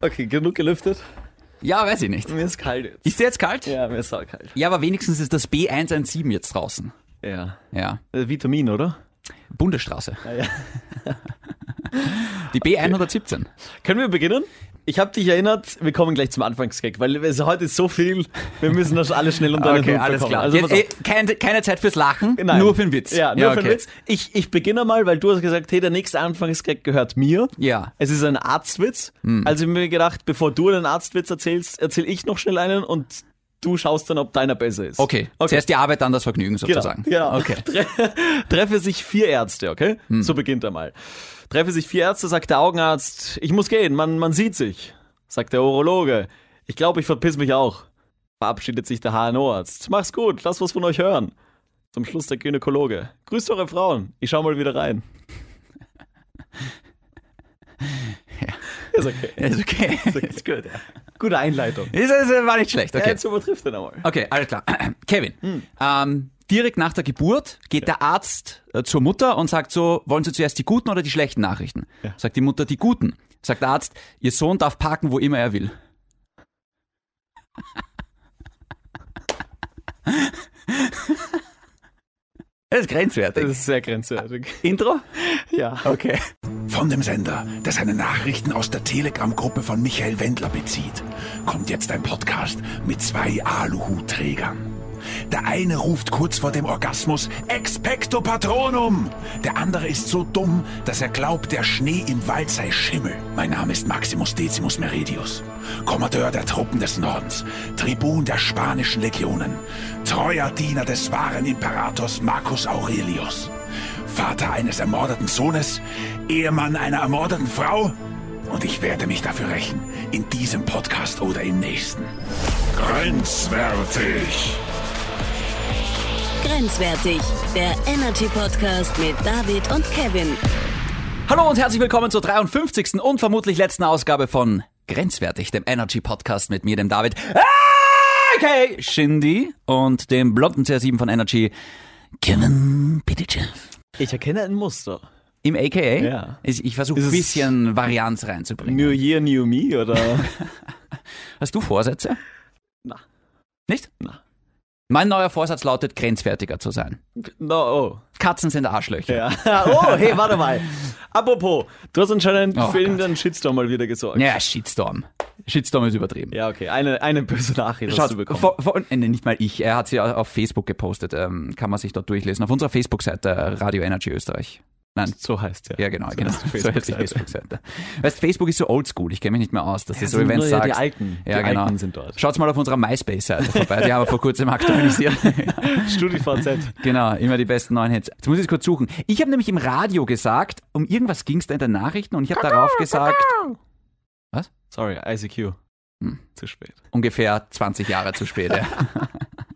Okay, genug gelüftet. Ja, weiß ich nicht. Mir ist kalt jetzt. Ist der jetzt kalt? Ja, mir ist saukalt. Ja, aber wenigstens ist das B117 jetzt draußen. Ja. Ja. Äh, Vitamin, oder? Bundesstraße. ja. Die B117. Können wir beginnen? Ich habe dich erinnert, wir kommen gleich zum Anfangsgag, weil es heute ist so viel, wir müssen das alles schnell unter den Hut bekommen. Also, Jetzt, pass auf. eh, keine, keine Zeit fürs Lachen, Nein. nur für den Witz. Ja, nur für den okay. Witz. Ich, ich beginne mal, weil du hast gesagt, hey, der nächste Anfangsgag gehört mir. Ja. Es ist ein Arztwitz. Also ich hab mir gedacht, bevor du einen Arztwitz erzählst, erzähle ich noch schnell einen und du schaust dann, ob deiner besser ist. Okay. zuerst die Arbeit, dann das Vergnügen sozusagen. Genau. genau. Okay. Hm. Tre treffe sich vier Ärzte, okay? So beginnt er mal. Treffe sich vier Ärzte, sagt der Augenarzt, ich muss gehen, man, man sieht sich. Sagt der Urologe, ich glaube, ich verpiss mich auch. Verabschiedet sich der HNO-Arzt. Mach's gut, lass was von euch hören. Zum Schluss der Gynäkologe. Grüßt eure Frauen, ich schau mal wieder rein. Ist okay. Ist okay. Ist gut. Gute Einleitung. Ist, ist, war nicht schlecht. Ja, Okay. jetzt übertrifft er einmal. Okay, alles klar. Kevin, Hm. ähm, direkt nach der Geburt geht der Arzt äh, zur Mutter und sagt so, wollen Sie zuerst die guten oder die schlechten Nachrichten? Ja. Sagt die Mutter die guten. Sagt der Arzt, Ihr Sohn darf parken, wo immer er will. Das ist grenzwertig. Das ist sehr grenzwertig. Intro? Ja. Okay. Von dem Sender, der seine Nachrichten aus der Telegram-Gruppe von Michael Wendler bezieht, kommt jetzt ein Podcast mit zwei Aluhutträgern. Der eine ruft kurz vor dem Orgasmus Expecto Patronum. Der andere ist so dumm, dass er glaubt, der Schnee im Wald sei Schimmel. Mein Name ist Maximus Decimus Meridius, Kommandeur der Truppen des Nordens, Tribun der spanischen Legionen, treuer Diener des wahren Imperators Marcus Aurelius. Vater eines ermordeten Sohnes, Ehemann einer ermordeten Frau. Und ich werde mich dafür rächen. In diesem Podcast oder im nächsten. Grenzwertig. Grenzwertig, der Energy Podcast mit David und Kevin. Hallo und herzlich willkommen zur 53. und vermutlich letzten Ausgabe von Grenzwertig, dem Energy Podcast mit mir, dem David. Ah, Okay, Shindy und dem blonden CR7 von Energy, Kevin Pidice. Ich erkenne ein Muster. Im AKA? Ja. Ich, ich versuche Ist ein es- bisschen Varianz reinzubringen. New Year, New Me oder... Hast du Vorsätze? Na. Nicht? Na. Mein neuer Vorsatz lautet, grenzwertiger zu sein. No, oh. Katzen sind Arschlöcher. Ja. Oh, hey, warte mal. Apropos, du hast anscheinend Oh für Gott. irgendeinen Shitstorm mal wieder gesorgt. Ja, Shitstorm. Shitstorm ist übertrieben. Ja, okay. Eine, eine böse Nachricht hast du bekommen. Vor, vor, äh, nicht mal ich, er hat sie au- auf Facebook gepostet, ähm, kann man sich dort durchlesen. Auf unserer Facebook-Seite äh, Radio Energy Österreich. Nein, So heißt der. ja genau, so genau. heißt die So heißt die Facebook-Seite. Facebook-Seite. Weißt, Facebook ist so oldschool, ich kenne mich nicht mehr aus. Das ist so, sind wie wenn nur du ja sagst. die Alten. Ja, Die genau. Alten sind dort. Schaut mal auf unserer MySpace-Seite vorbei, die haben wir vor kurzem aktualisiert. StudiVZ. genau, immer die besten neuen Hits. Jetzt muss ich es kurz suchen. Ich habe nämlich im Radio gesagt, um irgendwas ging es da in den Nachrichten und ich habe darauf gesagt, Sorry, ICQ. Hm. Zu spät. ungefähr 20 Jahre zu spät.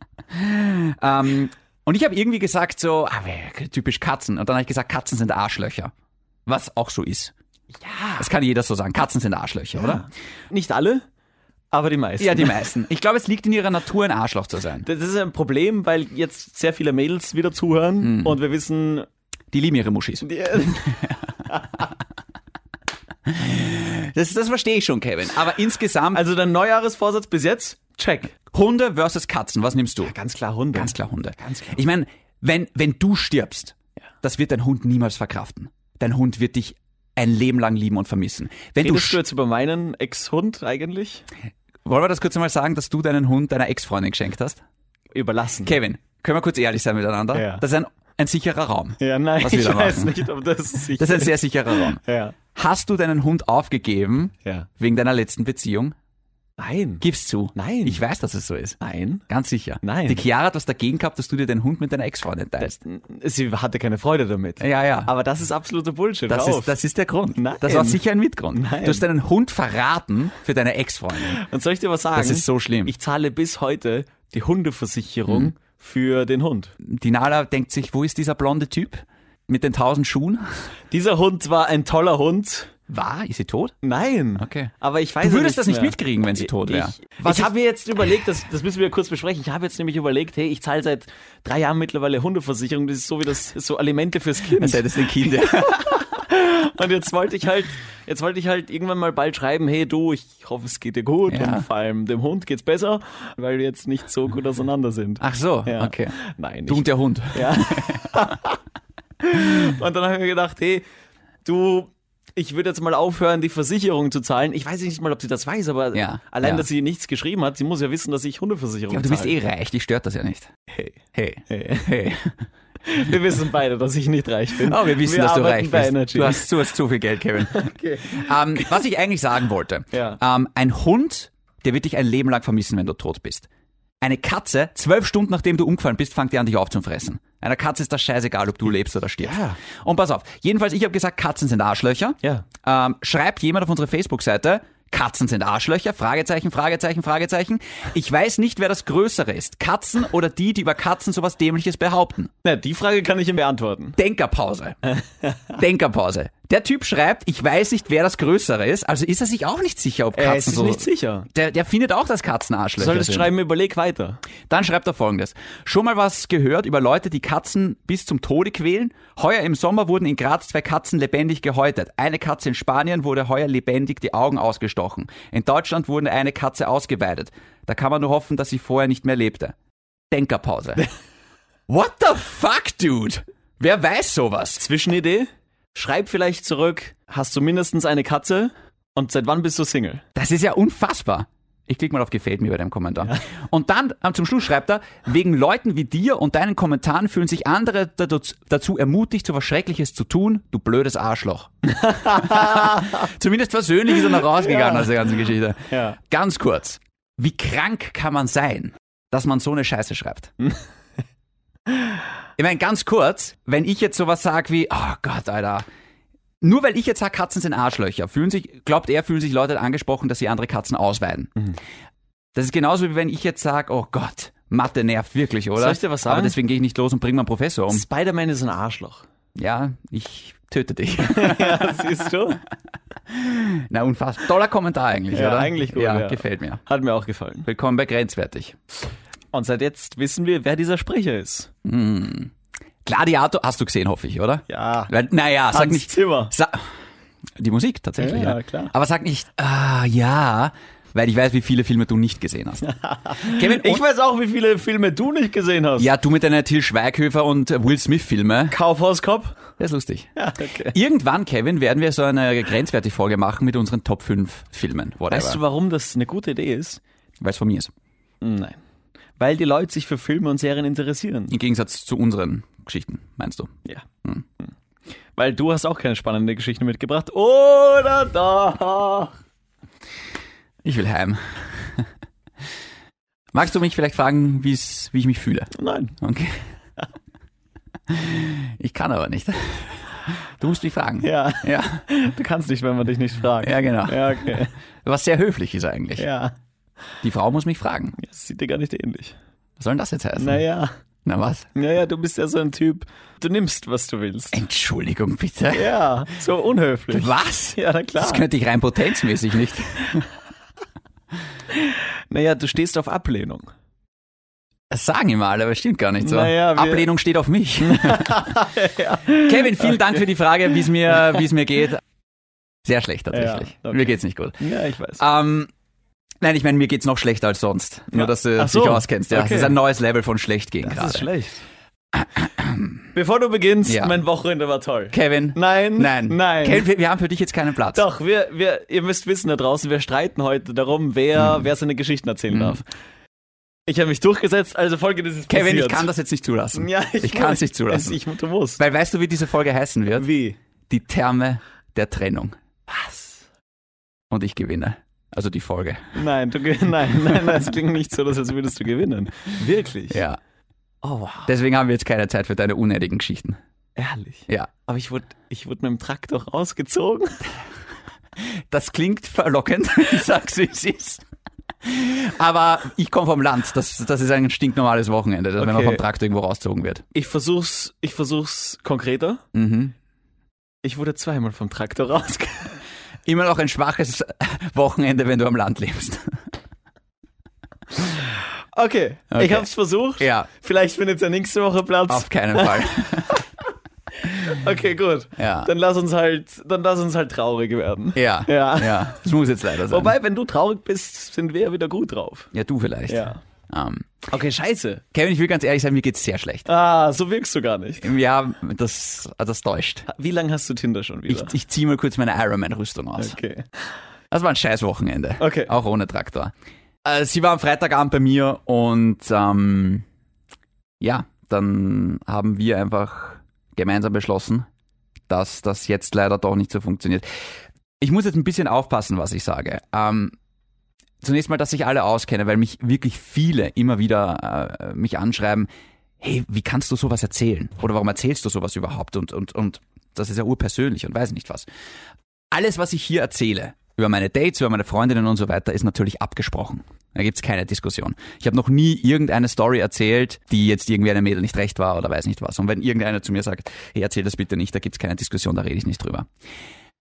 Ja. ähm, und ich habe irgendwie gesagt so, ah, wer- typisch Katzen. Und dann habe ich gesagt, Katzen sind Arschlöcher. Was auch so ist. Ja. Das kann jeder so sagen. Katzen sind Arschlöcher, oder? Nicht alle, aber die meisten. Ja, die meisten. Ich glaube, es liegt in ihrer Natur, ein Arschloch zu sein. das ist ein Problem, weil jetzt sehr viele Mädels wieder Hm. zuhören und wir wissen, Die lieben ihre Muschis. die, Das, das verstehe ich schon, Kevin. Aber insgesamt, also dein Neujahresvorsatz bis jetzt, check. Hunde versus Katzen, was nimmst du? Ganz klar Hunde. Ganz klar Hunde. Ich meine, wenn, wenn du stirbst, das wird dein Hund niemals verkraften. Dein Hund wird dich ein Leben lang lieben und vermissen. Wenn du Redest du jetzt über meinen Ex-Hund eigentlich? Wollen wir das kurz einmal sagen, dass du deinen Hund deiner Ex-Freundin geschenkt hast? Überlassen. Kevin, können wir kurz ehrlich sein miteinander? Ja. Das ist ein, ein sicherer Raum. Ja, nein, Was ich wir da weiß machen. nicht, ob das sicher Das ist ein sehr sicherer Raum. Ja. Hast du deinen Hund aufgegeben ja. wegen deiner letzten Beziehung? Nein. Gib's zu. Nein. Ich weiß, dass es so ist. Nein. Ganz sicher. Nein. Die Chiara hat was dagegen gehabt, dass du dir den Hund mit deiner Ex-Freundin teilst. Sie hatte keine Freude damit. Ja, ja. Aber das ist absoluter Bullshit. das Hör auf. ist, das ist der Grund. Nein. Das war sicher ein Mitgrund. Nein. Du hast deinen Hund verraten für deine Ex-Freundin. Und soll ich dir was sagen? Das ist so schlimm. Mhm. Ich zahle bis heute die Hundeversicherung für den Hund. Die Nala denkt sich, wo ist dieser blonde Typ mit den tausend Schuhen? Dieser Hund war ein toller Hund. War? Ist sie tot? Nein. Okay. Aber ich weiß Du ja würdest das nicht mehr. mitkriegen, wenn sie tot wäre. Ich, ich habe mir jetzt überlegt, das, das müssen wir kurz besprechen. Ich habe jetzt nämlich überlegt, hey, ich zahle seit drei Jahren mittlerweile Hundeversicherung. Das ist so wie das so Alimente fürs Kind. Als hättest du ein Kind. Und jetzt wollte ich halt, jetzt wollte ich halt irgendwann mal bald schreiben, hey du, ich hoffe, es geht dir gut Ja. und vor allem dem Hund geht's besser, weil wir jetzt nicht so gut auseinander sind. Ach so, Ja. Ah, okay. Nein, Du ich und der Hund. Ja. und dann habe ich mir gedacht, hey, du, ich würde jetzt mal aufhören, die Versicherung zu zahlen. Ich weiß nicht mal, ob sie das weiß, aber Ja, allein, ja. dass sie nichts geschrieben hat, sie muss ja wissen, dass ich Hundeversicherung Aber zahle. du bist eh reich, dich stört das ja nicht. Hey, Hey. hey. Hey. Wir wissen beide, dass ich nicht reich bin. eh- Oh, wir wissen, dass du arbeiten reich bei bist. Energy. Du hast, du hast zu viel Geld, Kevin. Okay. Ähm, was ich eigentlich sagen wollte. Ja. Ähm, ein Hund, der wird dich ein Leben lang vermissen, wenn du tot bist. Eine Katze, zwölf Stunden nachdem du umgefallen bist, fängt die an, dich aufzufressen. Einer Katze ist das scheißegal, ob du lebst oder stirbst. Ja. Und pass auf. Jedenfalls, ich habe gesagt, Katzen sind Arschlöcher. Ja. Ähm, schreibt jemand auf unsere Facebook-Seite, Katzen sind Arschlöcher, Fragezeichen, Fragezeichen, Fragezeichen. Ich weiß nicht, wer das Größere ist. Katzen oder die, die über Katzen sowas Dämliches behaupten. Na, die Frage kann ich ihm beantworten. Denkerpause. Denkerpause. Der Typ schreibt, ich weiß nicht, wer das Größere ist, also ist er sich auch nicht sicher, ob Katzen er Äh, ist sich so... nicht sicher. Der, der findet auch das Katzenarschlöcher. Du solltest sind. schreiben, überleg weiter. Dann schreibt er folgendes. Schon mal was gehört über Leute, die Katzen bis zum Tode quälen? Heuer im Sommer wurden in Graz zwei Katzen lebendig gehäutet. Eine Katze in Spanien wurde heuer lebendig die Augen ausgestochen. In Deutschland wurde eine Katze ausgeweidet. Da kann man nur hoffen, dass sie vorher nicht mehr lebte. Denkerpause. What the fuck, dude? Wer weiß sowas? Zwischenidee? Schreib vielleicht zurück, hast du mindestens eine Katze und seit wann bist du Single? Das ist ja unfassbar. Ich klicke mal auf Gefällt mir bei dem Kommentar. Und dann ähm, zum Schluss schreibt er, wegen Leuten wie dir und deinen Kommentaren fühlen sich andere daz- dazu ermutigt, so was Schreckliches zu tun, du blödes Arschloch. Zumindest persönlich ist er noch rausgegangen aus der ganzen Geschichte. Ja. Ganz kurz, wie krank kann man sein, dass man so eine Scheiße schreibt? ich meine, ganz kurz, wenn ich jetzt sowas sage wie, oh Gott, Alter, nur weil ich jetzt sage, Katzen sind Arschlöcher, fühlen sich, glaubt er, fühlen sich Leute angesprochen, dass sie andere Katzen ausweiden. Mhm. Das ist genauso wie wenn ich jetzt sage, oh Gott, Mathe nervt wirklich, oder? Soll ich dir was sagen? Aber deswegen gehe ich nicht los und bringe meinen Professor um. Spider-Man ist ein Arschloch. Ja, ich töte dich. Ja, siehst du? Na, unfassbar. Toller Kommentar eigentlich, Ja, oder? eigentlich gut, Ja, ja. gefällt mir. Hat mir auch gefallen. Willkommen bei Grenzwertig. Und seit jetzt wissen wir, wer dieser Sprecher ist. Gladiator hast du gesehen, hoffe ich, oder? Ja. Weil- Naja, sag Hans nicht. Zimmer. Sa die Musik tatsächlich, Ja, ja, ja, klar. Aber sag nicht, ah, ja, weil ich weiß, wie viele Filme du nicht gesehen hast. Kevin, Ich und- weiß auch, wie viele Filme du nicht gesehen hast. ja, du mit deiner Till Schweighöfer und äh, Will Smith Filme, Kaufhauskopf? das ist lustig. Ja, okay. Irgendwann, Kevin, werden wir so eine grenzwertige Folge machen mit unseren Top 5 Filmen, whatever. Weißt du, warum das eine gute Idee ist? Weil es von mir ist. Nein. Weil die Leute sich für Filme und Serien interessieren. Im Gegensatz zu unseren Geschichten, meinst du? Ja. Hm. Weil du hast auch keine spannende Geschichte mitgebracht. Oder da. Ich will heim. Magst du mich vielleicht fragen, wie's, wie ich mich fühle? Nein. Okay. Ich kann aber nicht. Du musst mich fragen. Ja, Ja. du kannst nicht, wenn man dich nicht fragt. Ja, genau. Ja, okay. Was sehr höflich ist eigentlich. Ja. Die Frau muss mich fragen. Das sieht dir gar nicht ähnlich. Was soll denn das jetzt heißen? Naja. Na was? Naja, du bist ja so ein Typ. Du nimmst, was du willst. Entschuldigung, bitte. Ja, so unhöflich. Was? Ja, na klar. Das könnte ich rein potenzmäßig nicht. Naja, du stehst auf Ablehnung. Das sagen immer alle, aber es stimmt gar nicht so. Naja, wir- Ablehnung steht auf mich. Kevin, vielen Dank für die Frage, wie es mir, wie es mir geht. Sehr schlecht tatsächlich. Ja, okay. Mir geht's nicht gut. Ja, ich weiß. Ähm, nein, ich meine, mir geht's noch schlechter als sonst. Nur, Ja. dass du Ach so. dich auskennst. Ja, Okay. Das ist ein neues Level von schlecht gehen Das ist gerade. schlecht. Bevor du beginnst, Ja. mein Wochenende war toll. Kevin. Nein, Nein. Hm? nein. Kevin, wir, wir haben für dich jetzt keinen Platz. Doch, wir, wir, ihr müsst wissen da draußen, wir streiten heute darum, wer, wer seine Geschichten erzählen darf. Ich habe mich durchgesetzt, also folgendes ist Kevin, passiert. ich kann das jetzt nicht zulassen. Ja, ich, kann es nicht zulassen. Ich, du musst. Weil weißt du, wie diese Folge heißen wird? Wie? Die Therme der Trennung. Was? Und ich gewinne. Also die Folge. Nein, du, ge- nein, nein, nein, es klingt nicht so, dass als würdest du gewinnen. Wirklich? Ja. Oh, wow. Deswegen haben wir jetzt keine Zeit für deine unnötigen Geschichten. Ehrlich. Ja. Aber ich wurde, ich wurde mit dem Traktor rausgezogen. Das klingt verlockend. Ich sag's, wie es ist. Aber ich komme vom Land. Das, das ist ein stinknormales Wochenende, dass wenn man Okay. vom Traktor irgendwo rausgezogen wird. Ich versuch's, ich versuch's konkreter. Mhm. Ich wurde zweimal vom Traktor rausgezogen. Immer noch ein schwaches Wochenende, wenn du am Land lebst. Okay, Okay. ich hab's versucht. Ja. Vielleicht findet ja nächste Woche Platz. Auf keinen Fall. Okay, gut. Ja. Dann lass uns halt, dann lass uns halt traurig werden. Ja. Ja. ja. Das muss jetzt leider sein. Wobei, wenn du traurig bist, sind wir ja wieder gut drauf. ja, du vielleicht. Ja. Ähm, Okay, scheiße. Kevin, ich will ganz ehrlich sein, mir geht's sehr schlecht. Ah, so wirkst du gar nicht. Ja, das, das täuscht. Wie lange hast du Tinder schon Ich, wieder? ich ziehe mal kurz meine Ironman-Rüstung aus. okay. Das war ein scheiß Wochenende. Okay. Auch ohne Traktor. Äh, sie war am Freitagabend bei mir und ähm, ja, dann haben wir einfach gemeinsam beschlossen, dass das jetzt leider doch nicht so funktioniert. Ich muss jetzt ein bisschen aufpassen, was ich sage. Ähm, zunächst mal, dass ich alle auskenne, weil mich wirklich viele immer wieder äh, mich anschreiben, hey, wie kannst du sowas erzählen? Oder warum erzählst du sowas überhaupt? Und, und, und das ist ja urpersönlich und weiß nicht was alles, was ich hier erzähle, über meine Dates, über meine Freundinnen und so weiter, ist natürlich abgesprochen. Da gibt's keine Diskussion. Ich habe noch nie irgendeine Story erzählt, die jetzt irgendwie einem Mädel nicht recht war oder weiß nicht was. Und wenn irgendeiner zu mir sagt, hey, erzähl das bitte nicht, da gibt's keine Diskussion, da rede ich nicht drüber.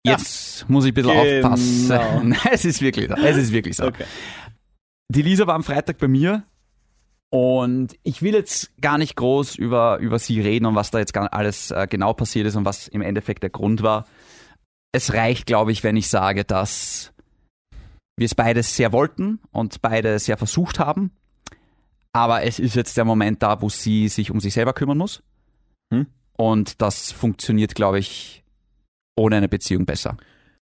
Jetzt muss ich ein bisschen Genau. aufpassen. Nein, es ist wirklich so. Es ist wirklich so. Okay. Die Lisa war am Freitag bei mir und ich will jetzt gar nicht groß über, über sie reden und was da jetzt gar- alles äh, genau passiert ist und was im Endeffekt der Grund war. Es reicht, glaube ich, wenn ich sage, dass wir es beides sehr wollten und beide sehr versucht haben. Aber es ist jetzt der Moment da, wo sie sich um sich selber kümmern muss. Hm. Und das funktioniert, glaube ich, ohne eine Beziehung besser.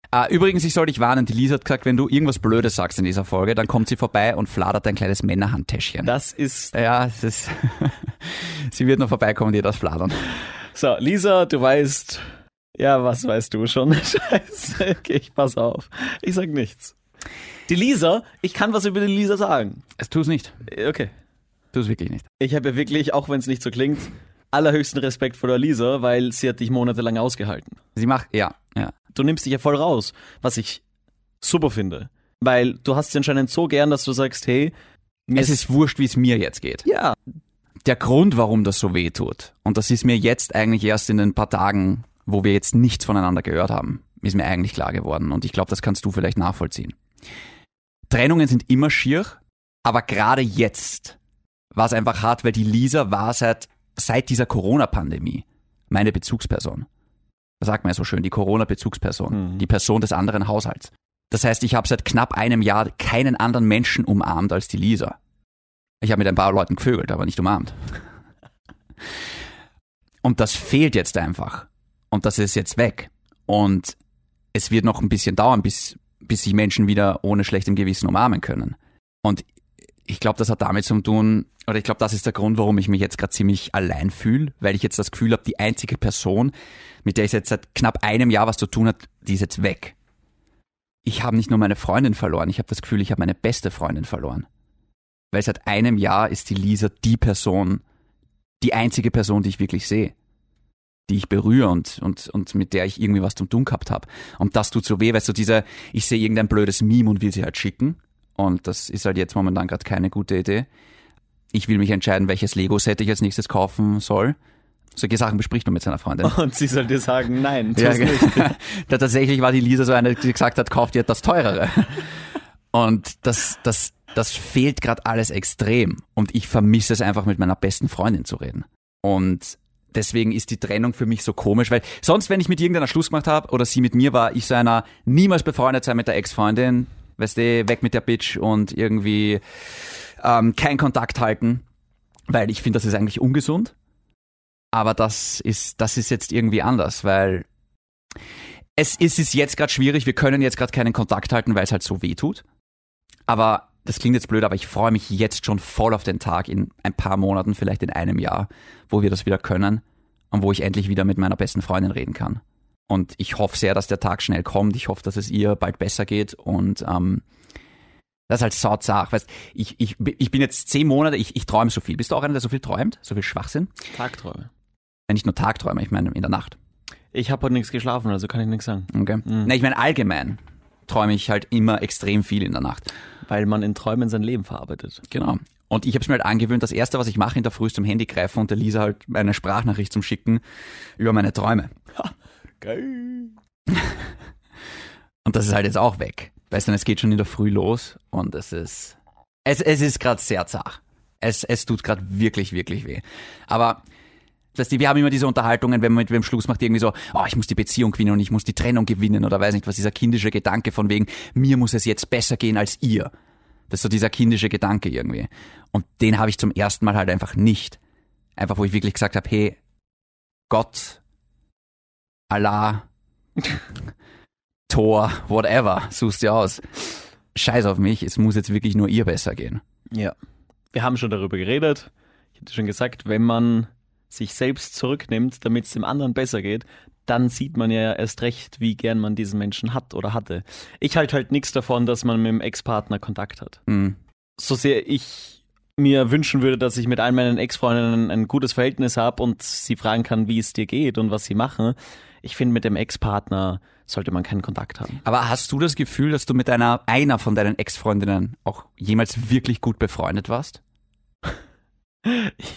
Ah, übrigens, ich soll dich warnen, die Lisa hat gesagt, wenn du irgendwas Blödes sagst in dieser Folge, dann kommt sie vorbei und fladert dein kleines Männerhandtäschchen. Das ist. ja, es ist. sie wird noch vorbeikommen und dir das fladern. So, Lisa, du weißt. Ja, was weißt du schon? Scheiße. Okay, ich pass auf. Ich sag nichts. Die Lisa, ich kann was über die Lisa sagen. Es tu es nicht. Äh, Okay. Tu es wirklich nicht. Ich habe wirklich, auch wenn es nicht so klingt, allerhöchsten Respekt vor der Lisa, weil sie hat dich monatelang ausgehalten. Sie macht. Ja, ja. Du nimmst dich ja voll raus, was ich super finde. Weil du hast sie anscheinend so gern, dass du sagst, hey, mir Es ist wurscht, wie es mir jetzt geht. ja, Der Grund, warum das so weh tut, und das ist mir jetzt eigentlich erst in den paar Tagen, wo wir jetzt nichts voneinander gehört haben, ist mir eigentlich klar geworden. Und ich glaube, das kannst du vielleicht nachvollziehen. Trennungen sind immer schier, aber gerade jetzt war es einfach hart, weil die Lisa war seit, seit dieser Corona-Pandemie meine Bezugsperson. Das sagt man ja so schön, die Corona-Bezugsperson, die Person des anderen Haushalts. Das heißt, ich habe seit knapp einem Jahr keinen anderen Menschen umarmt als die Lisa. Ich habe mit ein paar Leuten gevögelt, aber nicht umarmt. Und das fehlt jetzt einfach. Und das ist jetzt weg. Und es wird noch ein bisschen dauern, bis, bis sich Menschen wieder ohne schlechtem Gewissen umarmen können. Und ich glaube, das hat damit zu tun, oder ich glaube, das ist der Grund, warum ich mich jetzt gerade ziemlich allein fühle, weil ich jetzt das Gefühl habe, die einzige Person, mit der ich jetzt seit knapp einem Jahr was zu tun hat, die ist jetzt weg. Ich habe nicht nur meine Freundin verloren, ich habe das Gefühl, ich habe meine beste Freundin verloren. Weil seit einem Jahr ist die Lisa die Person, die einzige Person, die ich wirklich sehe, die ich berühre und, und, und mit der ich irgendwie was zum Tun gehabt habe. Und das tut so weh, weißt du, dieser, ich sehe irgendein blödes Meme und will sie halt schicken. Und das ist halt jetzt momentan gerade keine gute Idee. Ich will mich entscheiden, welches Lego-Set ich als nächstes kaufen soll. Solche Sachen bespricht man mit seiner Freundin. und sie soll dir sagen, nein, tu's Ja, nicht. ge- da tatsächlich war die Lisa so eine, die gesagt hat, kauft ihr das teurere. Und das, das, das fehlt gerade alles extrem. Und ich vermisse es einfach, mit meiner besten Freundin zu reden. Und deswegen ist die Trennung für mich so komisch, weil sonst, wenn ich mit irgendeiner Schluss gemacht habe oder sie mit mir war, ich so einer niemals befreundet sein mit der Ex-Freundin, weißt du, weg mit der Bitch und irgendwie ähm, keinen Kontakt halten, weil ich finde, das ist eigentlich ungesund. Aber das ist, das ist jetzt irgendwie anders, weil es ist, es jetzt gerade schwierig, wir können jetzt gerade keinen Kontakt halten, weil es halt so weh tut. Aber das klingt jetzt blöd, aber ich freue mich jetzt schon voll auf den Tag in ein paar Monaten, vielleicht in einem Jahr, wo wir das wieder können und wo ich endlich wieder mit meiner besten Freundin reden kann. Und ich hoffe sehr, dass der Tag schnell kommt. Ich hoffe, dass es ihr bald besser geht und ähm, das ist halt Sauzach. Weißt, ich, ich, ich bin jetzt zehn Monate, ich, ich träume so viel. Bist du auch einer, der so viel träumt? So viel Schwachsinn? Tagträume. Ja, nicht nur Tagträume, ich meine in der Nacht. Ich habe heute nichts geschlafen, also kann ich nichts sagen. Okay. Na, ich meine allgemein träume ich halt immer extrem viel in der Nacht. Weil man in Träumen sein Leben verarbeitet. Genau. Und ich habe es mir halt angewöhnt, das Erste, was ich mache in der Früh, ist zum Handy greifen und der Lisa halt eine Sprachnachricht zum Schicken über meine Träume. Geil. Und das ist halt jetzt auch weg. Weißt du, es geht schon in der Früh los und es ist, es, es ist gerade sehr zart. Es, es tut gerade wirklich, wirklich weh. Aber Dass die, wir haben immer diese Unterhaltungen, wenn man mit wem Schluss macht, irgendwie so, oh, ich muss die Beziehung gewinnen und ich muss die Trennung gewinnen oder weiß nicht was, dieser kindische Gedanke von wegen, mir muss es jetzt besser gehen als ihr. Das ist so dieser kindische Gedanke irgendwie. Und den habe ich zum ersten Mal halt einfach nicht. Einfach, wo ich wirklich gesagt habe, hey, Gott, Allah, Tor, whatever, suchst dir aus. Scheiß auf mich, es muss jetzt wirklich nur ihr besser gehen. Ja. Wir haben schon darüber geredet. Ich hatte schon gesagt, wenn man sich selbst zurücknimmt, damit es dem anderen besser geht, dann sieht man ja erst recht, wie gern man diesen Menschen hat oder hatte. Ich halte halt nichts davon, dass man mit dem Ex-Partner Kontakt hat. Mhm. So sehr ich mir wünschen würde, dass ich mit all meinen Ex-Freundinnen ein gutes Verhältnis habe und sie fragen kann, wie es dir geht und was sie machen. Ich finde, mit dem Ex-Partner sollte man keinen Kontakt haben. Aber hast du das Gefühl, dass du mit einer, einer von deinen Ex-Freundinnen auch jemals wirklich gut befreundet warst?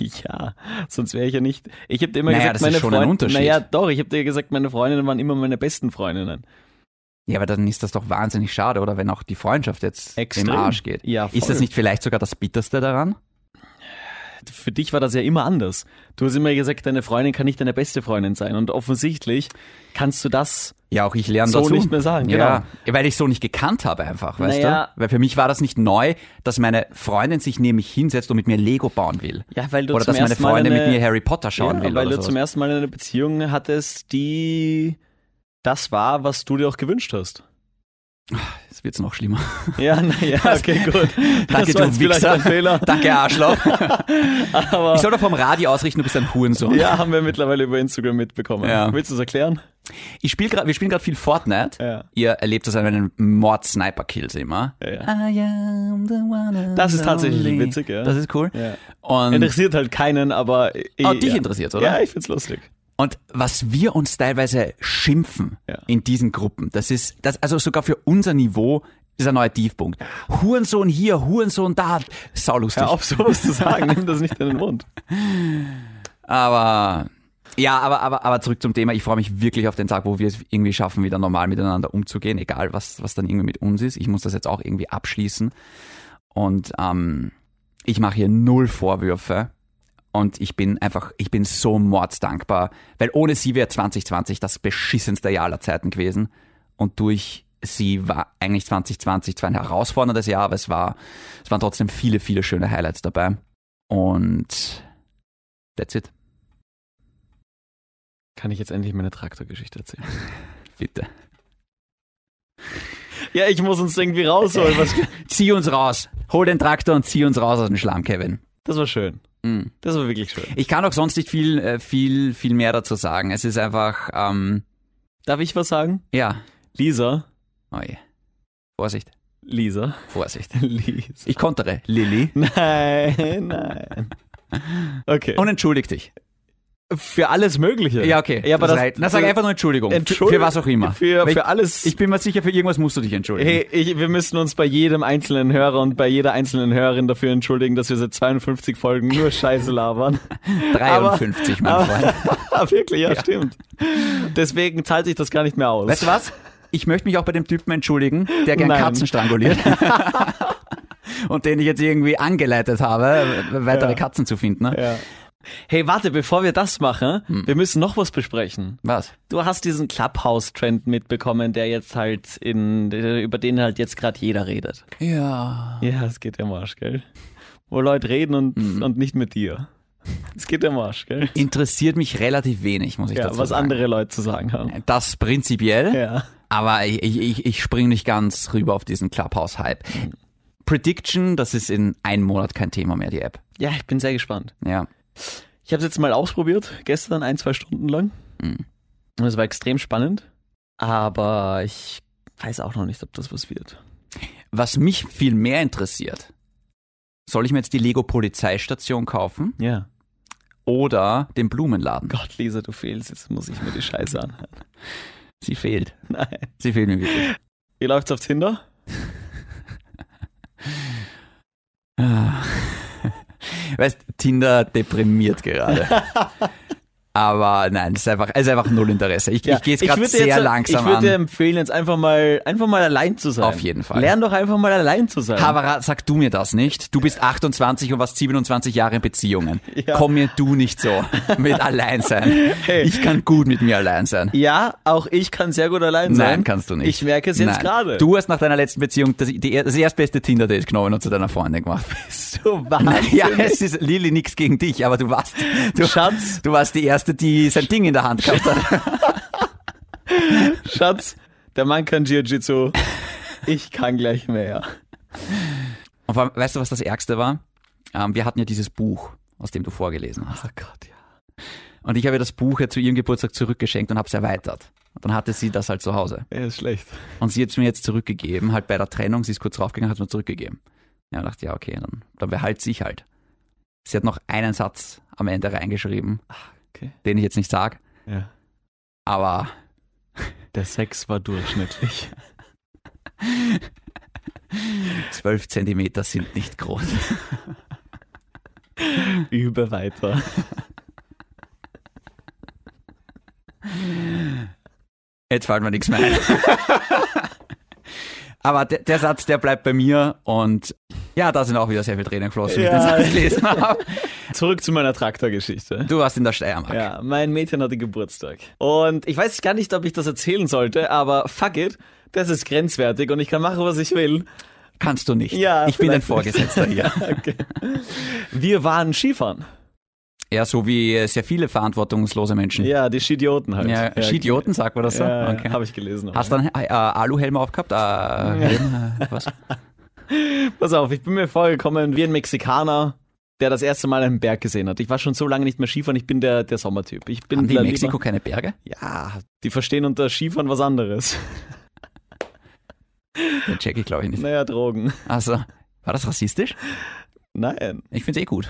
Ja, sonst wäre ich ja nicht. Ich habe dir immer Naja, gesagt, das ist meine schon ein Freund- Unterschied. Naja, doch, ich habe dir gesagt, meine Freundinnen waren immer meine besten Freundinnen. Ja, aber dann ist das doch wahnsinnig schade, oder wenn auch die Freundschaft jetzt Extrem. im Arsch geht. Ja, ist voll. das nicht vielleicht sogar das Bitterste daran? Für dich war das ja immer anders. Du hast immer gesagt, deine Freundin kann nicht deine beste Freundin sein. Und offensichtlich kannst du das. Ja, auch ich lerne So dazu. nicht mehr sagen, genau. ja, Weil ich so nicht gekannt habe einfach, weißt Naja. du? Weil für mich war das nicht neu, dass meine Freundin sich neben mich hinsetzt und mit mir Lego bauen will. Ja, weil du oder zum dass meine ersten Mal Freundin eine- mit mir Harry Potter schauen Ja, will. weil oder du sowas. zum ersten Mal eine Beziehung hattest, die das war, was du dir auch gewünscht hast. Es wird's noch schlimmer. Ja, naja, okay, gut. Danke, das war du jetzt vielleicht Wichser. ein Fehler. Danke, Arschloch. Aber Ich soll doch vom Radio ausrichten, du bist ein Hurensohn. ja, haben wir mittlerweile über Instagram mitbekommen. Ja. Willst du es erklären? Ich spiel grad, wir spielen gerade viel Fortnite. Ja. Ihr erlebt das an meinen Mord-Sniper-Kills immer. Ja, ja. I am the one and Das ist tatsächlich only. witzig, ja. Das ist cool. Ja. Und, Interessiert halt keinen, aber. Ah, dich interessiert's, oder? Ja, ich find's lustig. und was wir uns teilweise schimpfen Ja. in diesen Gruppen, das ist, das, also sogar für unser Niveau ist ein neuer Tiefpunkt. Hurensohn hier, Hurensohn da. Saulustig. Hör auf, sowas zu sagen, nimm das nicht in den Mund. Aber ja, aber, aber, aber zurück zum Thema. Ich freue mich wirklich auf den Tag, wo wir es irgendwie schaffen, wieder normal miteinander umzugehen, egal was, was dann irgendwie mit uns ist. Ich muss das jetzt auch irgendwie abschließen. Und ähm, ich mache hier null Vorwürfe. Und ich bin einfach, ich bin so mordsdankbar, weil ohne sie wäre 2020 das beschissenste Jahr aller Zeiten gewesen. Und durch sie war eigentlich 2020 zwar ein herausforderndes Jahr, aber es, war, es waren trotzdem viele, viele schöne Highlights dabei. Und that's it. Kann ich jetzt endlich meine Traktorgeschichte erzählen? Bitte. Ja, ich muss uns irgendwie rausholen. Was, Zieh uns raus. Hol den Traktor und zieh uns raus aus dem Schlamm, Kevin. das war schön. Das war wirklich schön. Ich kann auch sonst nicht viel, äh, viel, viel mehr dazu sagen. Es ist einfach, ähm, Darf ich was sagen? ja. Lisa. Oh je. Vorsicht, Lisa. Vorsicht. Lisa. Ich kontere. Lilly. Nein, nein. Okay. Und entschuldig dich. für alles Mögliche. Ja, okay. Ja, aber das, also reicht. Na, sag einfach nur Entschuldigung. Für- Entschuld- Für was auch immer. Für, Weil für alles. ich, ich bin mir sicher, für irgendwas musst du dich entschuldigen. Hey, ich, wir müssen uns bei jedem einzelnen Hörer und bei jeder einzelnen Hörerin dafür entschuldigen, dass wir seit 52 Folgen nur Scheiße labern. 53, mein aber- Freund. Wirklich, ja, stimmt. Deswegen zahlt sich das gar nicht mehr aus. Weißt du was? Ich möchte mich auch bei dem Typen entschuldigen, der gern Nein. Katzen stranguliert. Und den ich jetzt irgendwie angeleitet habe, weitere Katzen zu finden. Ne? Ja. Hey, warte, bevor wir das machen, wir müssen noch was besprechen. Was? Du hast diesen Clubhouse-Trend mitbekommen, der jetzt halt in, über den halt jetzt gerade jeder redet. Ja. Ja, es geht im Arsch, gell? Wo Leute reden und, und nicht mit dir. Es geht im Arsch, gell? Interessiert mich relativ wenig, muss ich Ja, dazu was sagen. andere Leute zu sagen haben. Das prinzipiell, Ja. aber ich, ich- ich, ich springe nicht ganz rüber auf diesen Clubhouse-Hype. Mhm. Prediction, das ist in einem Monat kein Thema mehr, die App. Ja, ich bin sehr gespannt. Ja. Ich habe es jetzt mal ausprobiert, gestern ein, zwei Stunden lang. Mhm. Und es war extrem spannend. Aber ich weiß auch noch nicht, ob das was wird. Was mich viel mehr interessiert, soll ich mir jetzt die Lego-Polizeistation kaufen Ja. oder den Blumenladen? Gott, Lisa, du fehlst. Jetzt muss ich mir die Scheiße anhören. Sie fehlt. Nein. Sie fehlt mir wirklich. Wie läuft's auf Tinder? Weißt, Tinder deprimiert gerade. Aber nein, das ist einfach, es ist einfach null Interesse. Ich, ich gehe jetzt gerade würd dir sehr jetzt- langsam Ich würde dir an. empfehlen, jetzt einfach mal, einfach mal allein zu sein. Auf jeden Fall. Lern doch einfach mal allein zu sein. Havara, sag du mir das nicht. Du bist 28 und warst 27 Jahre in Beziehungen. Ja. Komm mir du nicht so mit allein sein. Hey. Ich kann gut mit mir allein sein. ja, auch ich kann sehr gut allein sein. Nein, kannst du nicht. Ich merke es jetzt Nein. gerade. Du hast nach deiner letzten Beziehung das, die, das erstbeste Tinder-Date genommen und zu deiner Freundin gemacht. so wahnsinnig. Ja, es ist Lili nichts gegen dich, aber du warst, du, Schatz. du warst die erste, die sein Ding in der Hand gehabt hat. Schatz, der Mann kann Jiu-Jitsu. Ich kann gleich mehr. Und vor allem, weißt du, was das Ärgste war? Ähm, wir hatten ja dieses Buch, aus dem du vorgelesen hast. Oh Gott, ja. Und ich habe ihr das Buch ja zu ihrem Geburtstag zurückgeschenkt und habe es erweitert. Und dann hatte sie das halt zu Hause. Er ist schlecht. Und sie hat es mir jetzt zurückgegeben, halt bei der Trennung. Sie ist kurz raufgegangen, hat es mir zurückgegeben. Ja, und dachte, ja, okay, dann, dann behalt sie ich halt. Sie hat noch einen Satz am Ende reingeschrieben, okay. den ich jetzt nicht sage, Ja. aber Der Sex war durchschnittlich. 12 Zentimeter sind nicht groß. Übe weiter. Jetzt fällt mir nichts mehr ein. Aber der, der Satz, der bleibt bei mir und ja, da sind auch wieder sehr viel Tränen geflossen, wie Ja. ich den Satz gelesen habe. Zurück zu meiner Traktorgeschichte. Du warst in der Steiermark. Ja, mein Mädchen hatte Geburtstag. Und ich weiß gar nicht, ob ich das erzählen sollte, aber fuck it, das ist grenzwertig und ich kann machen, was ich will. Kannst du nicht. Ja, ich bin dein vielleicht nicht. Vorgesetzter hier. Okay. Wir waren Skifahren. Ja, so wie sehr viele verantwortungslose Menschen. Ja, die Skidioten halt. Hm. Ja, Skidioten, sagt man das so? Ja, Okay. habe ich gelesen. Hast dann äh, äh, Aluhelme aufgehabt? Äh, Helm, äh, was? Pass auf, ich bin mir vorgekommen wie ein Mexikaner, der das erste Mal einen Berg gesehen hat. Ich war schon so lange nicht mehr Skifahren, ich bin der, der Sommertyp. Ich bin Haben die da in lieber- Mexiko keine Berge? Ja, die verstehen unter Skifahren was anderes. Den check ich, glaube ich, nicht. Naja, Drogen. Also, war das rassistisch? Nein. Ich find's eh gut.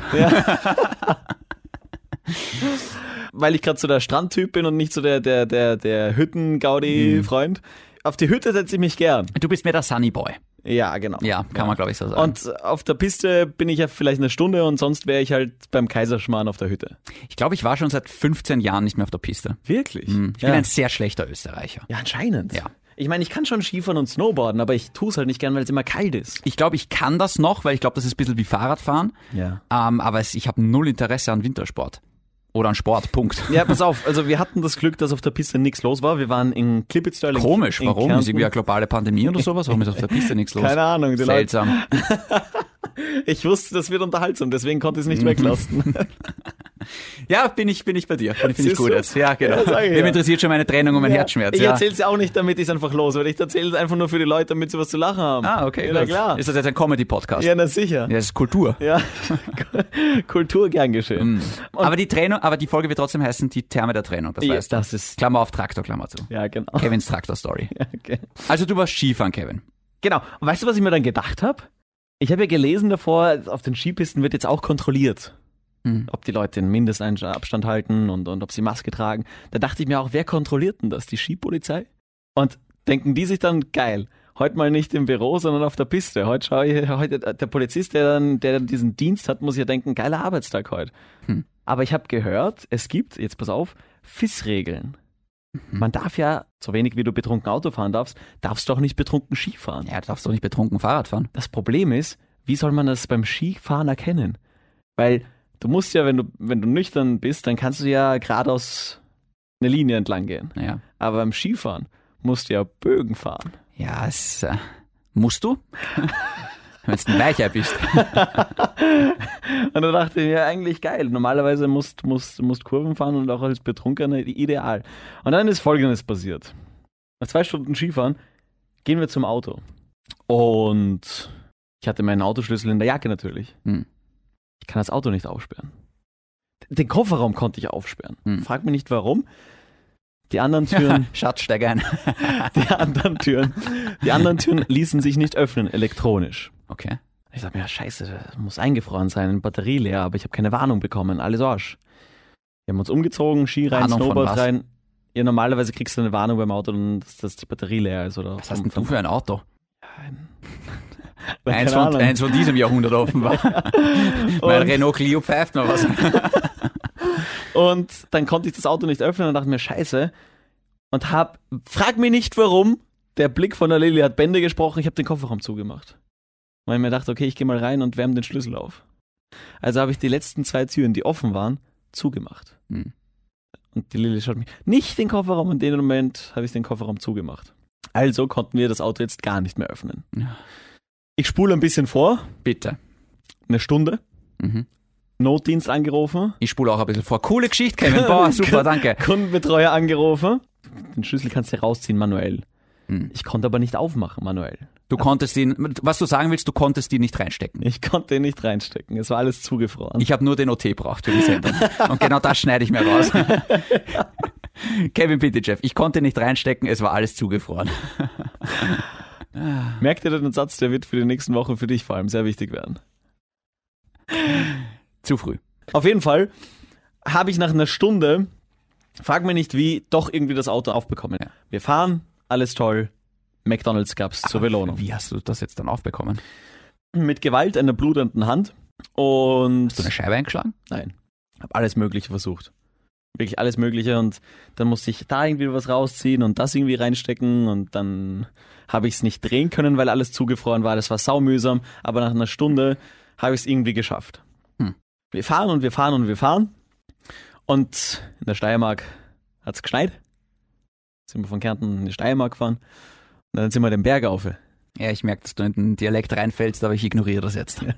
weil ich gerade so der Strandtyp bin und nicht so der, der, der, der Hütten-Gaudi-Freund. Auf die Hütte setze ich mich gern. Du bist mehr der Sunny Boy. Ja, genau. Ja, kann man, glaube ich, so sagen. Und auf der Piste bin ich ja vielleicht eine Stunde und sonst wäre ich halt beim Kaiserschmarrn auf der Hütte. ich glaube, ich war schon seit 15 Jahren nicht mehr auf der Piste. Wirklich? Mhm. Ich ja. bin ein sehr schlechter Österreicher. ja, anscheinend. Ja. Ich meine, ich kann schon Skifahren und Snowboarden, aber ich tue es halt nicht gern, weil es immer kalt ist. Ich glaube, ich kann das noch, weil ich glaube, das ist ein bisschen wie Fahrradfahren. Ja. Ähm, aber es, ich habe null Interesse an Wintersport. Oder an Sport, Punkt. Ja, pass auf, also wir hatten das Glück, dass auf der Piste nichts los war. Wir waren in Klippitz-Dörling. Komisch, in warum? Kärnten. Ist irgendwie eine globale Pandemie oder sowas? Warum ist auf der Piste nichts los? Keine Ahnung, die Leute- Seltsam. Ich wusste, das wird unterhaltsam, deswegen konnte ich es nicht Mhm. weglassen. Ja, bin ich, bin ich bei dir. Bin, bin ich Siehst gut du? jetzt. Ja, genau. Ja, sag ich Wem ja. interessiert schon meine Trennung und mein Herzschmerz? Ich Ja. erzähle es ja auch nicht, damit ich es einfach los weil Ich erzähle es einfach nur für die Leute, damit sie was zu lachen haben. Ah, okay. Ja, na gut. klar. Ist das jetzt ein Comedy-Podcast? ja, na sicher. Ja, Hm, das ist Kultur. Ja, Kultur gern geschehen. Aber die Trennung, aber die Folge wird trotzdem heißen, die Therme der Trennung. Das Ja, weißt du. das ist- Klammer auf Traktor, Klammer zu. Ja, genau. Kevins Traktor-Story. Okay. Also du warst Skifahren, Kevin. Genau. Und weißt du, was ich mir dann gedacht habe? Ich habe ja gelesen davor, auf den Skipisten wird jetzt auch kontrolliert, Mhm. ob die Leute den Mindestabstand halten und, und ob sie Maske tragen. Da dachte ich mir auch, wer kontrolliert denn das? Die Skipolizei? Und denken die sich dann, geil, heute mal nicht im Büro, sondern auf der Piste. Heute schaue ich, heute, der Polizist, der dann, der dann diesen Dienst hat, muss ja denken, geiler Arbeitstag heute. Aber ich habe gehört, es gibt, jetzt pass auf, FIS-Regeln. Man darf ja, so wenig wie du betrunken Auto fahren darfst, darfst du auch nicht betrunken Ski fahren. Ja, du darfst doch nicht betrunken Fahrrad fahren. Das Problem ist, wie soll man das beim Skifahren erkennen? Weil du musst ja, wenn du, wenn du nüchtern bist, dann kannst du ja geradeaus eine Linie entlang gehen. Ja. Aber beim Skifahren musst du ja Bögen fahren. Ja, es äh, musst du. Wenn du ein Weicher bist. Und da dachte ich mir, eigentlich geil. Normalerweise musst du musst, musst Kurven fahren und auch als Betrunkener ideal. Und dann ist Folgendes passiert. Nach zwei Stunden Skifahren gehen wir zum Auto. Und ich hatte meinen Autoschlüssel in der Jacke natürlich. Hm. Ich kann das Auto nicht aufsperren. Den Kofferraum konnte ich aufsperren. Hm. Frag mich nicht warum. Die anderen Türen, Schatz, steig ein. die anderen Türen, die anderen Türen ließen sich nicht öffnen, elektronisch. Okay. Ich dachte mir, ja, scheiße, das muss eingefroren sein, Batterie leer, aber ich habe keine Warnung bekommen, alles Arsch. Wir haben uns umgezogen, Ski rein, Warnung von Snowboard was? rein. Ja, normalerweise kriegst du eine Warnung beim Auto, dann, dass, dass die Batterie leer ist. Oder Was hast denn du für ein Auto? Keine Eins von, Ahnung. eins von diesem Jahrhundert offenbar. mein Und- Renault Clio pfeift noch was. Und dann konnte ich das Auto nicht öffnen und dachte mir, scheiße. Und hab, frag mich nicht warum, der Blick von der Lilly hat Bände gesprochen, ich habe den Kofferraum zugemacht. Weil ich mir dachte, okay, ich gehe mal rein und wärme den Schlüssel auf. Also habe ich die letzten zwei Türen, die offen waren, zugemacht. Hm. Und die Lilly schaut mich, nicht den Kofferraum. In dem Moment habe ich den Kofferraum zugemacht. Also konnten wir das Auto jetzt gar nicht mehr öffnen. Ja. Ich spule ein bisschen vor, Bitte. eine Stunde, Mhm. Notdienst angerufen, Ich spule auch ein bisschen vor. Coole Geschichte, Kevin. Boah, super, danke. Kundenbetreuer angerufen. Den Schlüssel kannst du rausziehen manuell. Hm. Ich konnte aber nicht aufmachen manuell. Du konntest ihn, was du sagen willst, du konntest ihn nicht reinstecken. Ich konnte ihn nicht reinstecken. Es war alles zugefroren. Ich habe nur den OT braucht für die Sendung. Und genau das schneide ich mir raus. Kevin Pitychev, ich konnte nicht reinstecken, es war alles zugefroren. Merk dir den Satz, der wird für die nächsten Wochen für dich vor allem sehr wichtig werden. Zu früh. Auf jeden Fall habe ich nach einer Stunde, frag mir nicht wie, doch irgendwie das Auto aufbekommen. Ja. Wir fahren, alles toll. McDonalds gab's zur Belohnung. Ah, Wie hast du das jetzt dann aufbekommen? Hast Mit Gewalt einer blutenden Hand und du eine Scheibe eingeschlagen? Nein. Hab alles Mögliche versucht. Wirklich alles Mögliche und dann musste ich da irgendwie was rausziehen und das irgendwie reinstecken und dann habe ich es nicht drehen können, weil alles zugefroren war. Das war saumühsam, aber nach einer Stunde habe ich es irgendwie geschafft. Hm. Wir fahren und wir fahren und wir fahren und in der Steiermark hat es geschneit. Sind wir von Kärnten in die Steiermark gefahren und dann sind wir den Berg auf. Ja, ich merke, dass du in den Dialekt reinfällst, aber ich ignoriere das jetzt. Sind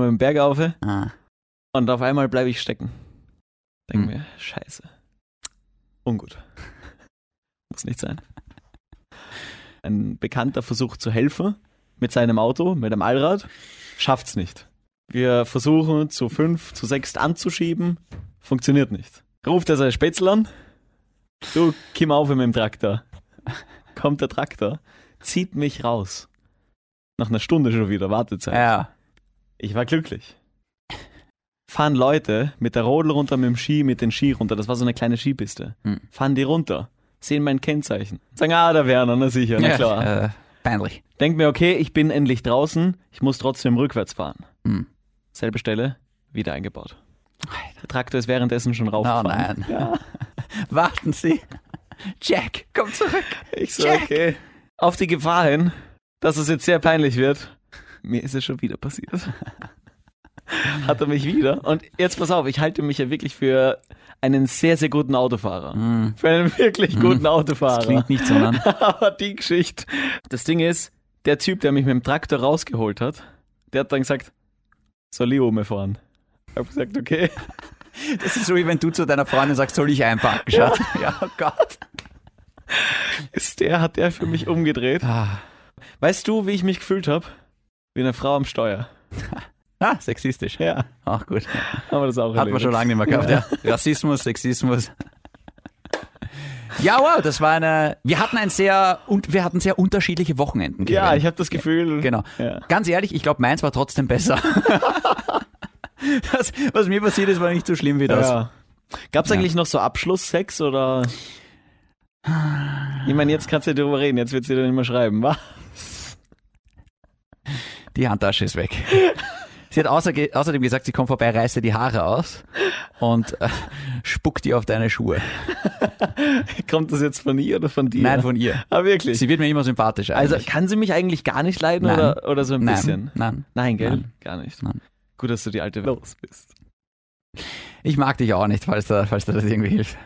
wir den Berg auf Ah. Und auf einmal bleibe ich stecken. Denke Hm. mir, scheiße. Ungut. Muss nicht sein. Ein Bekannter versucht zu helfen mit seinem Auto, mit einem Allrad, schafft's nicht. Wir versuchen zu fünf, zu sechs anzuschieben, funktioniert nicht. Ruft er seine Spätzl an, du, komm auf mit dem Traktor. Kommt der Traktor, zieht mich raus. Nach einer Stunde schon wieder Wartezeit. Ja. Ich war glücklich. Fahren Leute mit der Rodel runter, mit dem Ski, mit den Ski runter. Das war so eine kleine Skipiste. Hm. Fahren die runter, sehen mein Kennzeichen. Sagen, ah, da Werner, na sicher, na klar. Äh, peinlich. Denk mir, okay, ich bin endlich draußen, ich muss trotzdem rückwärts fahren. Hm. Selbe Stelle, wieder eingebaut. Der Traktor ist währenddessen schon raufgefahren. Oh, nein. Warten Sie. Jack, komm zurück. Ich so, Jack. okay. Auf die Gefahr hin, dass es jetzt sehr peinlich wird. Mir ist es schon wieder passiert. Hat er mich wieder. Und jetzt pass auf, ich halte mich ja wirklich für einen sehr, sehr guten Autofahrer. Für einen wirklich guten Hm. Das Autofahrer. klingt nicht so, an. Aber die Geschichte. Das Ding ist, der Typ, der mich mit dem Traktor rausgeholt hat, der hat dann gesagt, soll ich oben fahren? Ich habe gesagt, okay. Das ist so, wie wenn du zu deiner Freundin sagst, soll ich einpacken, Schatz? Ja, oh Gott. Ist der, hat der für mich umgedreht. Ah. Weißt du, wie ich mich gefühlt habe? Wie eine Frau am Steuer. Ah, sexistisch. Ja. Ach gut. Haben wir das auch Hat man schon lange nicht mehr gehabt, ja. Rassismus, Sexismus. Ja, wow, das war eine. Wir hatten ein sehr und wir hatten sehr unterschiedliche Wochenenden. Kevin. Ja, ich habe das Gefühl. genau. Ja. Ganz ehrlich, ich glaube, meins war trotzdem besser. Das, was mir passiert ist, war nicht so schlimm wie das. Ja. Gab es eigentlich noch so Abschlusssex oder? Ich meine, jetzt kannst du ja darüber reden, jetzt wird sie dann immer schreiben, wa? Die Handtasche ist weg. Sie hat außerge- außerdem gesagt, sie kommt vorbei, reißt dir die Haare aus und äh, spuckt die auf deine Schuhe. Kommt das jetzt von ihr oder von dir? Nein, von ihr. Ah, wirklich? Sie wird mir immer sympathischer. also, eigentlich. kann sie mich eigentlich gar nicht leiden Nein. oder, oder so ein nein, bisschen? Nein. Nein, gell? Nein. Gar nicht. Nein. Gut, dass du die alte los bist. Ich mag dich auch nicht, falls da, falls da das irgendwie hilft.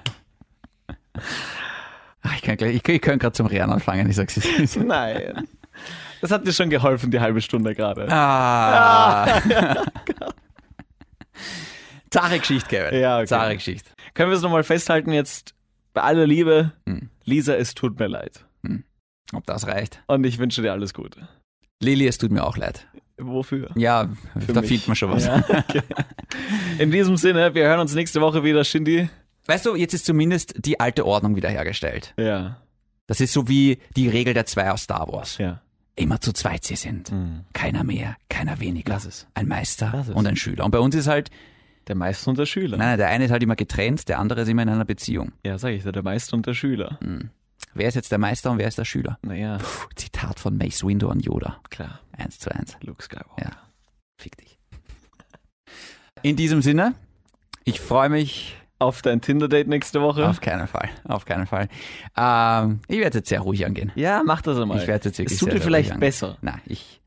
Ach, ich könnte ich, ich könnt gerade zum Rehren anfangen, ich sag's jetzt. Nein. Das hat dir schon geholfen, die halbe Stunde gerade. Ah. Zahre Geschichte, Kevin. Ja, okay. Zahre Geschichte. Können wir es nochmal festhalten jetzt bei aller Liebe? Hm. Lisa, es tut mir leid. Ob das reicht. Und ich wünsche dir alles Gute. Lili, es tut mir auch leid. Wofür? Ja, da mich. fehlt mir schon was. Ja, okay. In diesem Sinne, wir hören uns nächste Woche wieder, Shindy. Weißt du, jetzt ist zumindest die alte Ordnung wiederhergestellt. Ja, Das ist so wie die Regel der zwei aus Star Wars. ja. Hm. Immer zu zweit sie sind. Keiner mehr, keiner weniger. Lass es. Ein Meister Lass es. und ein Schüler. Und bei uns ist halt, Der Meister und der Schüler. nein, nein, der eine ist halt immer getrennt, der andere ist immer in einer Beziehung. Ja, sag ich dir, der Meister und der Schüler. Wer ist jetzt der Meister und wer ist der Schüler? Naja, Puh, Zitat von Mace Windu an Yoda. klar. Eins zu eins. Luke Skywalker. Ja. Fick dich. In diesem Sinne, ich freue mich auf dein Tinder-Date nächste Woche? Auf keinen Fall, auf keinen Fall. Ähm, ich werde jetzt sehr ruhig angehen. Ja, mach das einmal. Ich werde jetzt wirklich Es tut sehr, dir sehr ruhig vielleicht an. besser. Na, ich.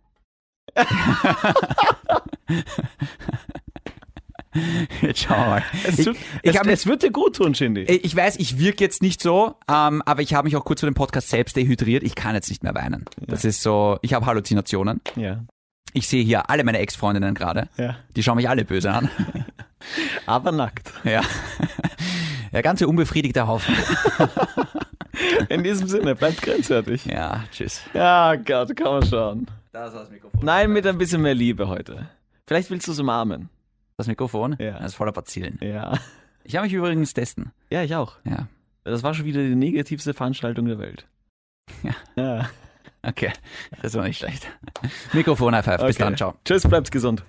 Jetzt schauen wir mal. Es, ich, tut, ich, es, hab es wird dir gut tun, Shindy. mich- ich weiß, ich wirke jetzt nicht so, ähm, aber ich habe mich auch kurz zu dem Podcast selbst dehydriert. Ich kann jetzt nicht mehr weinen. Das ist so, ich habe Halluzinationen. Ja. Ich sehe hier alle meine Ex-Freundinnen gerade. ja. Die schauen mich alle böse an. Aber nackt. Ja. Der ganze unbefriedigte Haufen. In diesem Sinne, bleibt grenzwertig. Ja, tschüss. Ja, Gott, kann man schauen. Das war das Mikrofon. Nein, mit ein bisschen mehr Liebe heute. Vielleicht willst du es umarmen. Das Mikrofon? Ja. Das ist voller Bazillen. Ja. Ich habe mich übrigens testen. Ja, ich auch. Ja. Das war schon wieder die negativste Veranstaltung der Welt. Ja. ja. Okay. Das war nicht schlecht. Mikrofon High Five. Bis Okay. dann. Ciao. Tschüss, bleibt gesund.